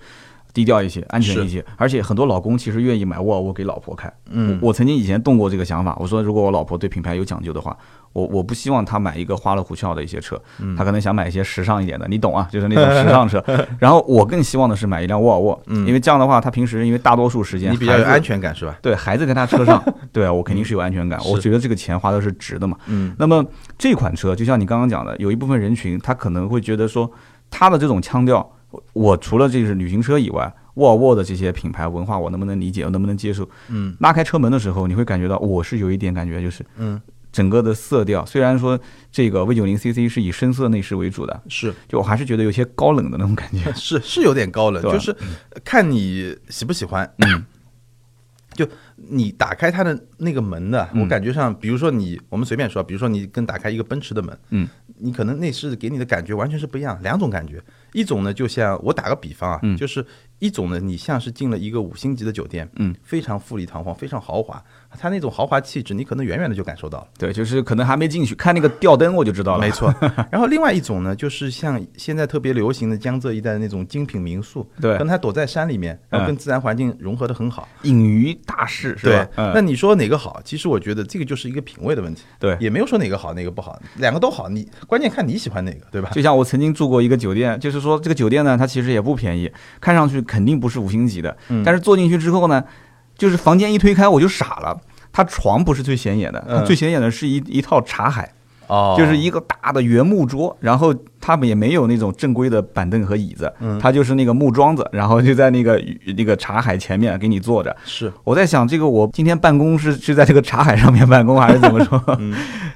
[SPEAKER 1] 低调一些、安全一些，而且很多老公其实愿意买沃尔沃给老婆开。
[SPEAKER 2] 嗯
[SPEAKER 1] 我我曾经以前动过这个想法，我说如果我老婆对品牌有讲究的话，我我不希望她买一个花里胡哨的一些车，
[SPEAKER 2] 嗯
[SPEAKER 1] 她可能想买一些时尚一点的，你
[SPEAKER 2] *laughs*
[SPEAKER 1] 懂啊，就是那种时尚车。然后我更希望的是买一辆沃尔沃，因为这样的话，她平时因为大多数时间
[SPEAKER 2] 嗯你比较有
[SPEAKER 1] 孩子
[SPEAKER 2] 安全感是吧？
[SPEAKER 1] 对孩子在他车
[SPEAKER 2] *laughs*
[SPEAKER 1] 上，对啊我肯定是有安全感。我觉得这个钱花的是值的嘛。
[SPEAKER 2] 嗯，
[SPEAKER 1] 那么这款车就像你刚刚讲的，有一部分人群他可能会觉得说，他的这种腔调，我我除了这是旅行车以外，沃尔沃的这些品牌文化，我能不能理解，我能不能接受？
[SPEAKER 2] 嗯，
[SPEAKER 1] 拉开车门的时候，你会感觉到我是有一点感觉，就是
[SPEAKER 2] 嗯，
[SPEAKER 1] 整个的色调，虽然说这个 V 9 0 CC 是以深色内饰为主的，
[SPEAKER 2] 嗯是。
[SPEAKER 1] 就我还是觉得有些高冷的那种感觉。 *laughs*
[SPEAKER 2] 是是有点高冷，
[SPEAKER 1] 对啊嗯吧
[SPEAKER 2] 就是看你喜不喜欢。就你打开它的那个门的，
[SPEAKER 1] 嗯
[SPEAKER 2] 我感觉上，比如说你，我们随便说，比如说你跟打开一个奔驰的门，
[SPEAKER 1] 嗯，
[SPEAKER 2] 你可能内饰给你的感觉完全是不一样，两种感觉。一种呢，就像我打个比方啊，就是一种呢，你像是进了一个五星级的酒店，
[SPEAKER 1] 嗯，
[SPEAKER 2] 非常富丽堂皇，非常豪华，它那种豪华气质，你可能远远的就感受到了。
[SPEAKER 1] 对，就是可能还没进去看那个吊灯，我就知道了。
[SPEAKER 2] 没
[SPEAKER 1] *laughs*
[SPEAKER 2] 错。然后另外一种呢，就是像现在特别流行的江浙一带的那种精品民宿，
[SPEAKER 1] 对嗯
[SPEAKER 2] 可能它躲在山里面，然后跟自然环境融合的很好。
[SPEAKER 1] 隐于大势，是
[SPEAKER 2] 对
[SPEAKER 1] 吧？，
[SPEAKER 2] 那
[SPEAKER 1] 嗯，
[SPEAKER 2] 你说哪个好？其实我觉得这个就是一个品味的问题，
[SPEAKER 1] 对。
[SPEAKER 2] 也没有说哪个好哪个不好，两个都好，你关键看你喜欢哪个，对吧？
[SPEAKER 1] 就像我曾经住过一个酒店，就是说这个酒店呢，它其实也不便宜，看上去肯定不是五星级的，
[SPEAKER 2] 嗯
[SPEAKER 1] 但是坐进去之后呢，就是房间一推开我就傻了。它床不是最显眼的，它
[SPEAKER 2] 嗯
[SPEAKER 1] 最显眼的是一一套茶海，
[SPEAKER 2] 哦
[SPEAKER 1] 就是一个大的原木桌，然后他们也没有那种正规的板凳和椅子，
[SPEAKER 2] 嗯
[SPEAKER 1] 它就是那个木桩子，然后就在那个那个茶海前面给你坐着，
[SPEAKER 2] 是
[SPEAKER 1] 我在想，这个我今天办公是是在这个茶海上面办公，还是怎么说？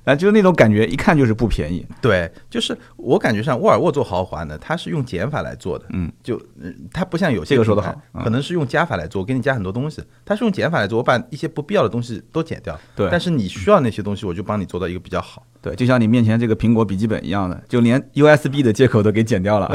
[SPEAKER 1] 啊，就是那种感觉，一看就是不便宜。
[SPEAKER 2] 对，就是我感觉上沃尔沃做豪华呢，它是用减法来做的，
[SPEAKER 1] 嗯，
[SPEAKER 2] 就嗯它不像有些
[SPEAKER 1] 这个说得
[SPEAKER 2] 品牌
[SPEAKER 1] 好嗯
[SPEAKER 2] 可能是用加法来做，我给你加很多东西，它是用减法来做，我把一些不必要的东西都减掉，
[SPEAKER 1] 对
[SPEAKER 2] 但是你需要那些东西，我就帮你做到一个比较好。
[SPEAKER 1] 对，就像你面前这个苹果笔记本一样的，就连 USB 的接口都给剪掉了。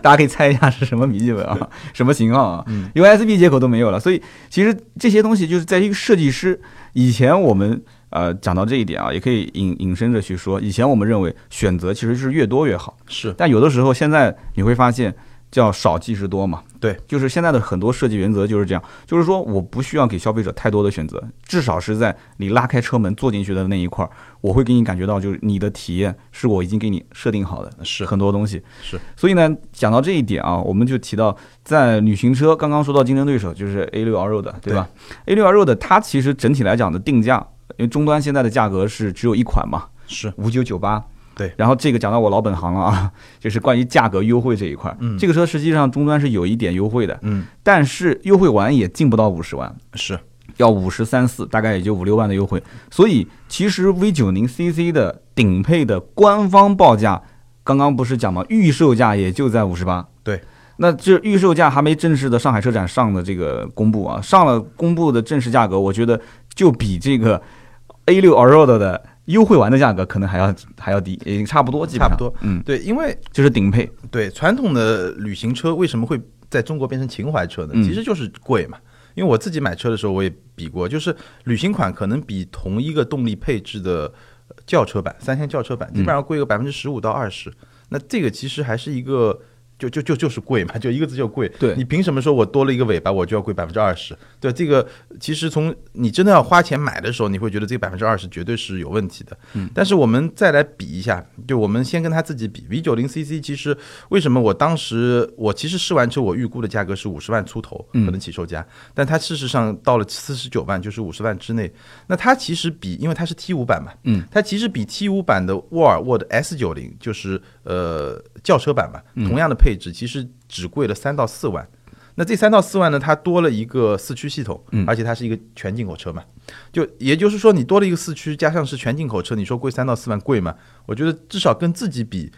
[SPEAKER 1] 大家可以猜一下是什么笔记本啊，什么型号啊、u s b 接口都没有了。所以其实这些东西就是在一个设计师以前我们。呃，讲到这一点啊，也可以引引申着去说。以前我们认为选择其实是越多越好，
[SPEAKER 2] 是
[SPEAKER 1] 但有的时候现在你会发现叫少即是多嘛。
[SPEAKER 2] 对，
[SPEAKER 1] 就是现在的很多设计原则就是这样，就是说我不需要给消费者太多的选择，至少是在你拉开车门坐进去的那一块儿，我会给你感觉到就是你的体验是我已经给你设定好的，
[SPEAKER 2] 是
[SPEAKER 1] 很多东西。
[SPEAKER 2] 是，
[SPEAKER 1] 所以呢，讲到这一点啊，我们就提到在旅行车刚刚说到竞争对手就是 A 6 L Road，对吧？A 6 L Road 它其实整体来讲的定价，因为终端现在的价格是只有一款嘛，
[SPEAKER 2] 是
[SPEAKER 1] 五九九八。
[SPEAKER 2] 对，
[SPEAKER 1] 然后这个讲到我老本行了啊， *laughs* 就是关于价格优惠这一块。
[SPEAKER 2] 嗯
[SPEAKER 1] 这个车实际上终端是有一点优惠的，
[SPEAKER 2] 嗯
[SPEAKER 1] 但是优惠完也进不到五十万，
[SPEAKER 2] 是
[SPEAKER 1] 要五十三四，大概也就五六万的优惠。所以其实 V 九零 CC 的顶配的官方报价，刚刚不是讲吗？预售价也就在五十八。
[SPEAKER 2] 对。
[SPEAKER 1] 那这预售价还没正式的上海车展上的这个公布啊，上了公布的正式价格，我觉得就比这个 A 六 Allroad 的优惠完的价格可能还要还要低，也差不多，基本
[SPEAKER 2] 差
[SPEAKER 1] 上
[SPEAKER 2] 不多，
[SPEAKER 1] 嗯，
[SPEAKER 2] 对，因为
[SPEAKER 1] 就是顶配，
[SPEAKER 2] 对传统的旅行车为什么会在中国变成情怀车呢？
[SPEAKER 1] 嗯
[SPEAKER 2] 其实就是贵嘛。因为我自己买车的时候，我也比过，就是旅行款可能比同一个动力配置的呃轿车版、三厢轿车版，
[SPEAKER 1] 嗯
[SPEAKER 2] 基本上贵个百分之十五到二十。那这个其实还是一个，就就就就是贵嘛，就一个字就贵。
[SPEAKER 1] 对
[SPEAKER 2] 你凭什么说我多了一个尾巴，我就要贵百分之二十？对，这个其实从你真的要花钱买的时候，你会觉得这百分之二十绝对是有问题的。嗯，但是我们再来比一下，就我们先跟它自己比，V 九零 CC 其实为什么我当时我其实试完车，我预估的价格是五十万出头，可能起售价，但它事实上到了四十九万，就是五十万之内。那它其实比，因为它是 T 五版嘛，
[SPEAKER 1] 嗯，
[SPEAKER 2] 它其实比 T 五版的沃尔沃的 S 九零，就是呃轿车版嘛，同样的配置，其实只贵了三到四万。那这三到四万呢，它多了一个四驱系统，而且它是一个全进口车嘛，就也就是说你多了一个四驱，加上是全进口车，你说贵三到四万贵吗？我觉得至少跟自己比，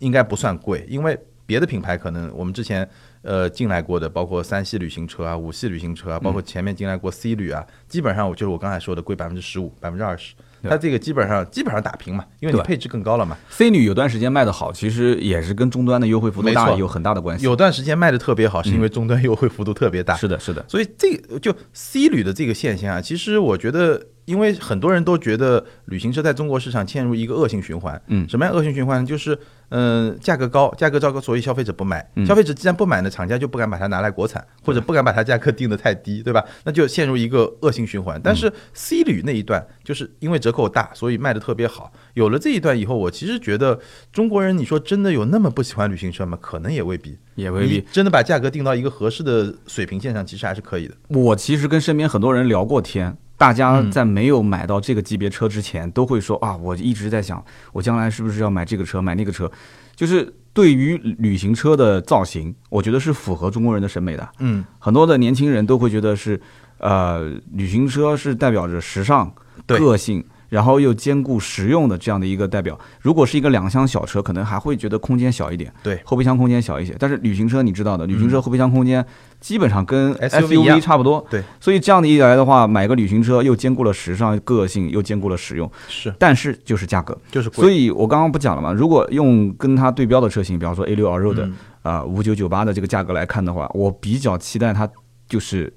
[SPEAKER 2] 应该不算贵，因为别的品牌可能我们之前呃进来过的，包括三系旅行车啊、五系旅行车啊，包
[SPEAKER 1] 嗯
[SPEAKER 2] 括前面进来过 C 旅啊，基本上我就是我刚才说的贵百分之十五、百分之二十，它这个基本上基本上打平嘛，因为你
[SPEAKER 1] 对
[SPEAKER 2] 配置更高了嘛。
[SPEAKER 1] C 女有段时间卖的好，其实也是跟终端的优惠幅度
[SPEAKER 2] 没
[SPEAKER 1] 大
[SPEAKER 2] 错
[SPEAKER 1] 有很大的关系。
[SPEAKER 2] 有段时间卖的特别好，是因为终端优惠幅度特别大，
[SPEAKER 1] 嗯是的，是的，
[SPEAKER 2] 所以这个就 C 旅的这个现象啊，其实我觉得，因为很多人都觉得旅行车在中国市场陷入一个恶性循环。
[SPEAKER 1] 嗯
[SPEAKER 2] 什么样恶性循环呢？就是嗯、呃价格高，价格高，所以消费者不买。消费者既然不买呢，厂家就不敢把它拿来国产，或者不敢把它价格定得太低，对吧？那就陷入一个恶性循环。但是 C 旅那一段，就是因为折扣大，所以卖的特别好。有了这一段以后，我其实觉得中国人，你说真的有那么不喜欢旅行车吗？可能也未必。
[SPEAKER 1] 也未必
[SPEAKER 2] 你。真的把价格定到一个合适的水平线上，其实还是可以的。
[SPEAKER 1] 我其实跟身边很多人聊过天，大家在没有买到这个级别车之前，都会说啊，我一直在想，我将来是不是要买这个车，买那个车，就是。对于旅行车的造型，我觉得是符合中国人的审美的。
[SPEAKER 2] 嗯，
[SPEAKER 1] 很多的年轻人都会觉得是，呃，旅行车是代表着时尚、
[SPEAKER 2] 对
[SPEAKER 1] 个性，然后又兼顾实用的这样的一个代表。如果是一个两厢小车，可能还会觉得空间小一点，
[SPEAKER 2] 对
[SPEAKER 1] 后备箱空间小一些。但是旅行车你知道的，旅行车后备箱空间基本上跟
[SPEAKER 2] SUV 一样
[SPEAKER 1] SUV 差不多，
[SPEAKER 2] 对。
[SPEAKER 1] 所以这样的一来的话，买个旅行车又兼顾了时尚、个性，又兼顾了实用，
[SPEAKER 2] 是
[SPEAKER 1] 但是就是价格。
[SPEAKER 2] 就是贵。
[SPEAKER 1] 所以我刚刚不讲了嘛，如果用跟它对标的车型，比方说 A 六 R
[SPEAKER 2] 嗯
[SPEAKER 1] Road 啊五九九八的这个价格来看的话，我比较期待它就是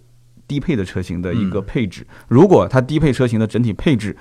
[SPEAKER 1] 低配的车型的一个配置。如果它低配车型的整体配置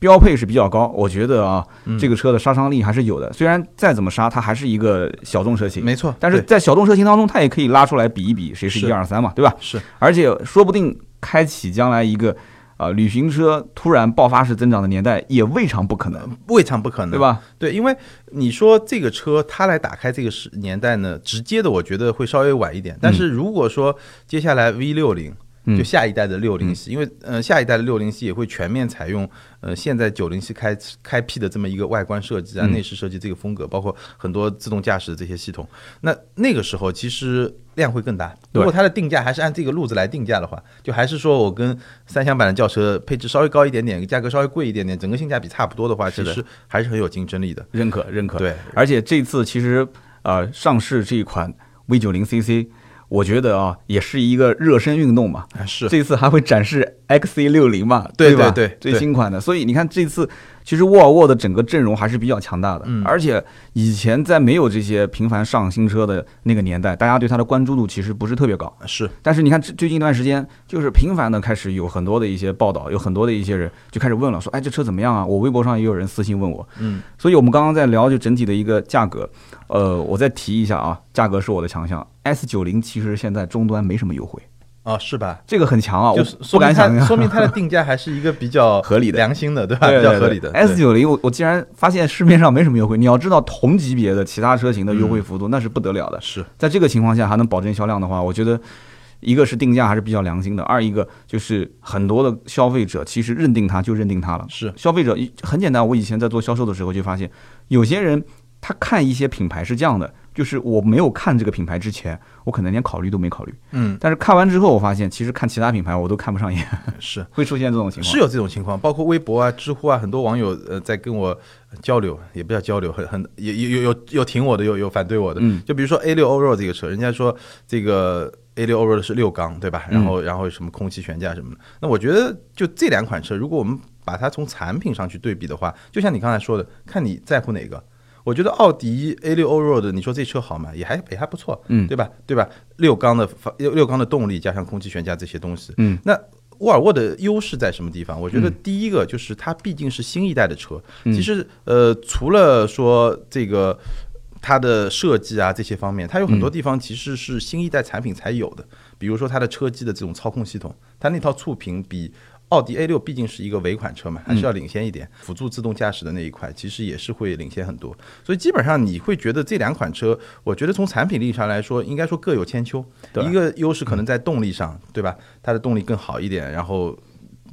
[SPEAKER 1] 标配是比较高，我觉得啊，
[SPEAKER 2] 嗯
[SPEAKER 1] 这个车的杀伤力还是有的。虽然再怎么杀，它还是一个小众车型，
[SPEAKER 2] 没错，
[SPEAKER 1] 但是
[SPEAKER 2] 对
[SPEAKER 1] 在小众车型当中，它也可以拉出来比一比谁是一
[SPEAKER 2] 是
[SPEAKER 1] 二三嘛，对吧？
[SPEAKER 2] 是
[SPEAKER 1] 而且说不定开启将来一个呃旅行车突然爆发式增长的年代，也未尝不可能，
[SPEAKER 2] 未尝不可能，
[SPEAKER 1] 对？吧？
[SPEAKER 2] 对，因为你说这个车它来打开这个时年代呢，直接的我觉得会稍微晚一点。但
[SPEAKER 1] 嗯
[SPEAKER 2] 是如果说接下来 V 六零。就下一代的六零
[SPEAKER 1] 嗯
[SPEAKER 2] 系，因为呃下一代的六零系也会全面采用呃现在九零系开开辟的这么一个外观设计啊、
[SPEAKER 1] 嗯
[SPEAKER 2] 内饰设计这个风格，包括很多自动驾驶的这些系统。那那个时候其实量会更大。
[SPEAKER 1] 对
[SPEAKER 2] 如果它的定价还是按这个路子来定价的话，就还是说我跟三厢版的轿车配置稍微高一点点，价格稍微贵一点点，整个性价比差不多的话，其
[SPEAKER 1] 的
[SPEAKER 2] 实还是很有竞争力的。
[SPEAKER 1] 认可认可。
[SPEAKER 2] 对，
[SPEAKER 1] 而且这次其实呃上市这一款 V 九零 CC，我觉得啊也是一个热身运动嘛。
[SPEAKER 2] 啊是
[SPEAKER 1] 这次还会展示 XC 六零嘛，
[SPEAKER 2] 对
[SPEAKER 1] 吧？
[SPEAKER 2] 对对对
[SPEAKER 1] 最新款的。所以你看这次其实沃尔沃的整个阵容还是比较强大的，
[SPEAKER 2] 嗯
[SPEAKER 1] 而且以前在没有这些频繁上新车的那个年代，大家对它的关注度其实不是特别高。
[SPEAKER 2] 是
[SPEAKER 1] 但是你看，最最近一段时间，就是频繁的开始有很多的一些报道，有很多的一些人就开始问了，说，哎，这车怎么样啊？我微博上也有人私信问我，
[SPEAKER 2] 嗯，
[SPEAKER 1] 所以我们刚刚在聊就整体的一个价格，呃，我再提一下啊，价格是我的强项，S 九零其实现在终端没什么优惠，
[SPEAKER 2] 啊是吧？
[SPEAKER 1] 这个很强啊，我
[SPEAKER 2] 就是
[SPEAKER 1] 不
[SPEAKER 2] 说明
[SPEAKER 1] 敢想
[SPEAKER 2] 它
[SPEAKER 1] 象。
[SPEAKER 2] 说明它的定价还是一个比较
[SPEAKER 1] 合理的
[SPEAKER 2] 良心的，对吧？
[SPEAKER 1] 对
[SPEAKER 2] 比较
[SPEAKER 1] 对
[SPEAKER 2] 合理的。
[SPEAKER 1] S
[SPEAKER 2] 对
[SPEAKER 1] 九零，我我竟然发现市面上没什么优惠。你要知道，同级别的其他车型的优惠幅度那是不得了的。
[SPEAKER 2] 是
[SPEAKER 1] 在这个情况下还能保证销量的话，我觉得一个是定价还是比较良心的，二一个就是很多的消费者其实认定它就认定它了。
[SPEAKER 2] 是
[SPEAKER 1] 消费者一很简单，我以前在做销售的时候就发现，有些人他看一些品牌是这样的，就是我没有看这个品牌之前，我可能连考虑都没考虑，
[SPEAKER 2] 嗯
[SPEAKER 1] 但是看完之后，我发现其实看其他品牌我都看不上眼， *laughs*
[SPEAKER 2] 是。
[SPEAKER 1] 会出现这种情况。
[SPEAKER 2] 是有这种情况，包括微博啊、知乎啊，很多网友呃在跟我交流，也不叫交流，很很有有有有挺我的，有有反对我的。
[SPEAKER 1] 嗯
[SPEAKER 2] 就比如说 A 六 Oro 这个车，人家说这个 A 六 Oro 是六缸，对吧？
[SPEAKER 1] 嗯
[SPEAKER 2] 然后然后什么空气悬架什么的。那我觉得就这两款车，如果我们把它从产品上去对比的话，就像你刚才说的，看你在乎哪个。我觉得奥迪 A 六 Allroad，你说这车好吗？也还也还不错，
[SPEAKER 1] 嗯
[SPEAKER 2] 对吧？对吧？六缸的发六六缸的动力加上空气悬架这些东西，
[SPEAKER 1] 嗯，
[SPEAKER 2] 那沃尔沃的优势在什么地方？我觉得第一个就是它毕竟是新一代的车，其实呃，除了说这个。它的设计啊，这些方面，它有很多地方其实是新一代产品才有的，比如说它的车机的这种操控系统，它那套触屏比奥迪 A 六毕竟是一个尾款车嘛，还是要领先一点。辅助自动驾驶的那一块其实也是会领先很多，所以基本上你会觉得这两款车，我觉得从产品力上来说，应该说各有千秋。
[SPEAKER 1] 对
[SPEAKER 2] 一个优势可能在动力上，对吧？它的动力更好一点，然后。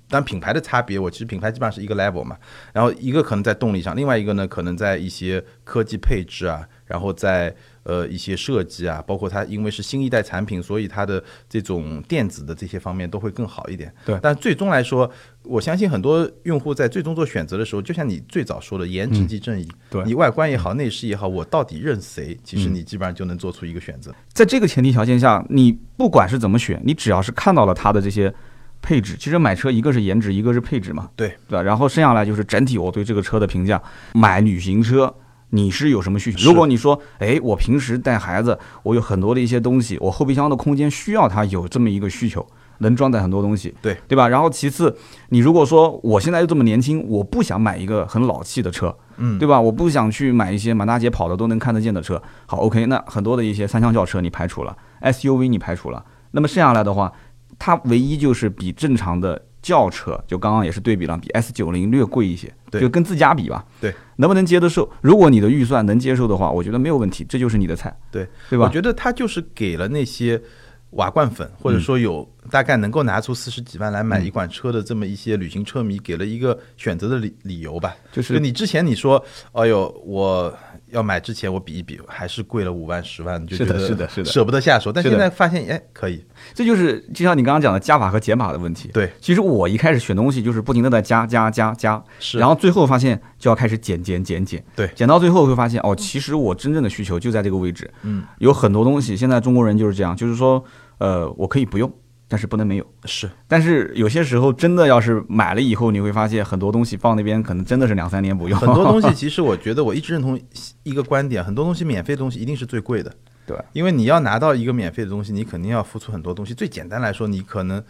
[SPEAKER 2] 但品牌的差别，我其实品牌基本上是一个 level 嘛，然后一个可能在动力上，另外一个呢可能在一些科技配置啊，然后在呃一些设计啊，包括它因为是新一代产品，所以它的这种电子的这些方面都会更好一点。
[SPEAKER 1] 对
[SPEAKER 2] 但最终来说，我相信很多用户在最终做选择的时候，就像你最早说的，颜值即正义，
[SPEAKER 1] 嗯对嗯
[SPEAKER 2] 你外观也好，内饰也好，我到底认谁，其实你基本上就能做出一个选择。
[SPEAKER 1] 在这个前提条件下，你不管是怎么选，你只要是看到了它的这些配置，其实买车一个是颜值，一个是配置嘛，
[SPEAKER 2] 对
[SPEAKER 1] 对吧？然后剩下来就是整体我对这个车的评价。买旅行车你是有什么需
[SPEAKER 2] 是
[SPEAKER 1] 求？如果你说，哎，我平时带孩子，我有很多的一些东西，我后备箱的空间需要它有这么一个需求。能装载很多东西，
[SPEAKER 2] 对
[SPEAKER 1] 对吧？然后其次，你如果说我现在又这么年轻，我不想买一个很老气的车，
[SPEAKER 2] 嗯
[SPEAKER 1] 对吧？我不想去买一些满大街跑的都能看得见的车。好，OK，那很多的一些三厢轿车你排除了，SUV 你排除了，那么剩下来的话，它唯一就是比正常的轿车，就刚刚也是对比了，比 S 九零略贵一些，
[SPEAKER 2] 对
[SPEAKER 1] 就跟自家比吧，
[SPEAKER 2] 对，
[SPEAKER 1] 能不能接得受？如果你的预算能接受的话，我觉得没有问题，这就是你的菜，
[SPEAKER 2] 对
[SPEAKER 1] 对吧
[SPEAKER 2] 我？觉得他就是给了那些瓦罐粉，
[SPEAKER 1] 嗯
[SPEAKER 2] 或者说有大概能够拿出四十几万来买一款车的这么一些旅行车迷，给了一个选择的理理由吧。
[SPEAKER 1] 就是
[SPEAKER 2] 就你之前你说，哎呦，我要买之前我比一比，还是贵了五万十万，就觉
[SPEAKER 1] 是的
[SPEAKER 2] 得
[SPEAKER 1] 是的是的
[SPEAKER 2] 舍不得下手。但
[SPEAKER 1] 是
[SPEAKER 2] 现
[SPEAKER 1] 的
[SPEAKER 2] 在发现，哎，可以，
[SPEAKER 1] 这就是就像你刚刚讲的加法和减法的问题。
[SPEAKER 2] 对，
[SPEAKER 1] 其实我一开始选东西就是不停的在加加加加，
[SPEAKER 2] 是
[SPEAKER 1] 然后最后发现就要开始减减减减，
[SPEAKER 2] 对
[SPEAKER 1] 减到最后会发现哦，其实我真正的需求就在这个位置。
[SPEAKER 2] 嗯，
[SPEAKER 1] 有很多东西现在中国人就是这样，就是说，呃，我可以不用，但是不能没有。
[SPEAKER 2] 是
[SPEAKER 1] 但是有些时候真的要是买了以后，你会发现很多东西放那边可能真的是两三年不用。
[SPEAKER 2] 很多
[SPEAKER 1] *laughs*
[SPEAKER 2] 东西。其实我觉得我一直认同一个观点，很多东西免费的东西一定是最贵的。
[SPEAKER 1] 对，
[SPEAKER 2] 因为你要拿到一个免费的东西，你肯定要付出很多东西。最简单来说，你可能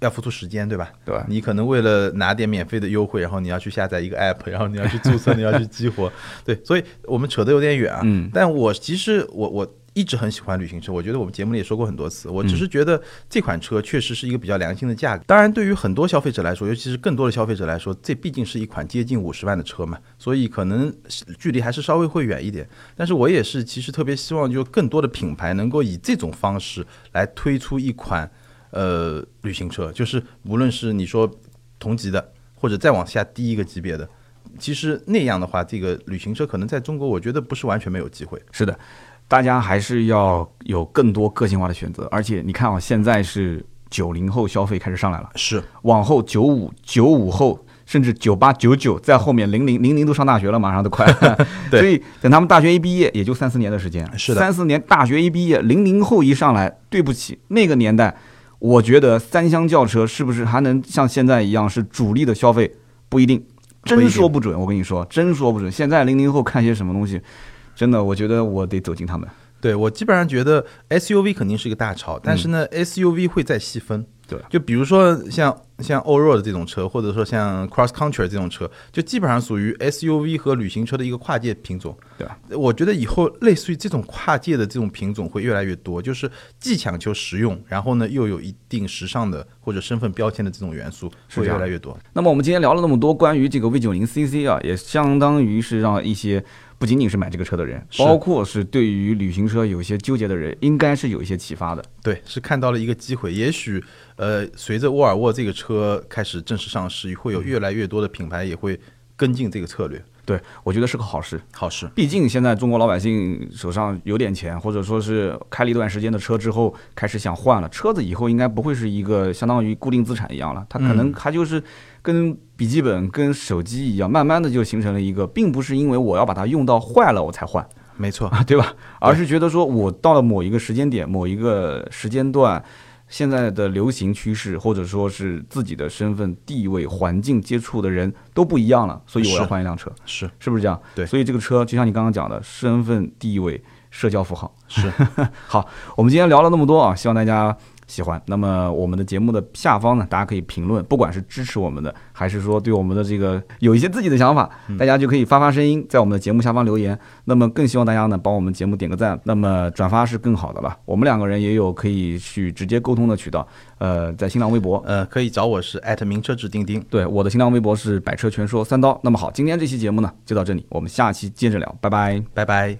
[SPEAKER 2] 要付出时间，对吧？
[SPEAKER 1] 对
[SPEAKER 2] 你可能为了拿点免费的优惠，然后你要去下载一个 app，然后你要去注册，你要去激活。对，所以我们扯得有点远啊。
[SPEAKER 1] 嗯，
[SPEAKER 2] 但我其实我我。一直很喜欢旅行车，我觉得我们节目里也说过很多次。我只是觉得这款车确实是一个比较良心的价格。当然，对于很多消费者来说，尤其是更多的消费者来说，这毕竟是一款接近五十万的车嘛，所以可能是距离还是稍微会远一点。但是我也是，其实特别希望就更多的品牌能够以这种方式来推出一款呃旅行车，就是无论是你说同级的，或者再往下低一个级别的，其实那样的话，这个旅行车可能在中国，我觉得不是完全没有机会。
[SPEAKER 1] 是的，大家还是要有更多个性化的选择。而且你看啊，现在是九零后消费开始上来了，
[SPEAKER 2] 是
[SPEAKER 1] 往后九五、九五后，甚至九八、九九，在后面零零零零都上大学了，马上都快。 *laughs*
[SPEAKER 2] 对
[SPEAKER 1] 所以等他们大学一毕业，也就三四年的时间。
[SPEAKER 2] 是的
[SPEAKER 1] 三四年大学一毕业，零零后一上来，对不起，那个年代，我觉得三厢轿车是不是还能像现在一样是主力的消费？不一定，
[SPEAKER 2] 不一定
[SPEAKER 1] 真说不准。我跟你说，真说不准。现在零零后看些什么东西，真的，我觉得我得走进他们。
[SPEAKER 2] 对我基本上觉得 SUV 肯定是一个大潮，但是呢、SUV 会再细分。
[SPEAKER 1] 嗯对
[SPEAKER 2] 就比如说像像 Allroad 这种车，或者说像 Cross Country 这种车，就基本上属于 SUV 和旅行车的一个跨界品种。
[SPEAKER 1] 对吧？
[SPEAKER 2] 我觉得以后类似于这种跨界的这种品种会越来越多，就是既强求实用，然后呢又有一定时尚的或者身份标签的这种元素
[SPEAKER 1] 是这
[SPEAKER 2] 会越
[SPEAKER 1] 样
[SPEAKER 2] 来越多。
[SPEAKER 1] 那么我们今天聊了那么多关于这个 V 九零 CC 啊，也相当于是让一些不仅仅是买这个车的人，
[SPEAKER 2] 是
[SPEAKER 1] 包括是对于旅行车有一些纠结的人，应该是有一些启发的。
[SPEAKER 2] 对，是看到了一个机会。也许，呃，随着沃尔沃这个车开始正式上市，会有越来越多的品牌也会跟进这个策略。
[SPEAKER 1] 对我觉得是个好事，
[SPEAKER 2] 好事，
[SPEAKER 1] 毕竟现在中国老百姓手上有点钱，或者说是开了一段时间的车之后，开始想换了车子，以后应该不会是一个相当于固定资产一样了，它可能它就是跟笔记本、跟手机一样，慢慢的就形成了一个，并不是因为我要把它用到坏了我才换。
[SPEAKER 2] 没
[SPEAKER 1] *laughs*
[SPEAKER 2] 错，
[SPEAKER 1] 啊，对吧？而是觉得说我到了某一个时间点、某一个时间段，现在的流行趋势，或者说是自己的身份、地位、环境接触的人都不一样了，所以我要
[SPEAKER 2] 是
[SPEAKER 1] 换一辆车，
[SPEAKER 2] 是
[SPEAKER 1] 是不是这样？
[SPEAKER 2] 对
[SPEAKER 1] 所以这个车就像你刚刚讲的，身份、地位、社交符号。
[SPEAKER 2] *laughs* 是，
[SPEAKER 1] *laughs* 我们今天聊了那么多啊，希望大家喜欢。那么我们的节目的下方呢，大家可以评论，不管是支持我们的，还是说对我们的这个有一些自己的想法，大家就可以发发声音，在我们的节目下方留言。那么更希望大家呢，帮我们节目点个赞，那么转发是更好的了。我们两个人也有可以去直接沟通的渠道，呃，在新浪微博。
[SPEAKER 2] 呃，可以找我是艾特名车志钉钉，
[SPEAKER 1] 对，我的新浪微博是百车全说三刀。那么好，今天这期节目呢就到这里，我们下期接着聊，拜拜。
[SPEAKER 2] 拜拜。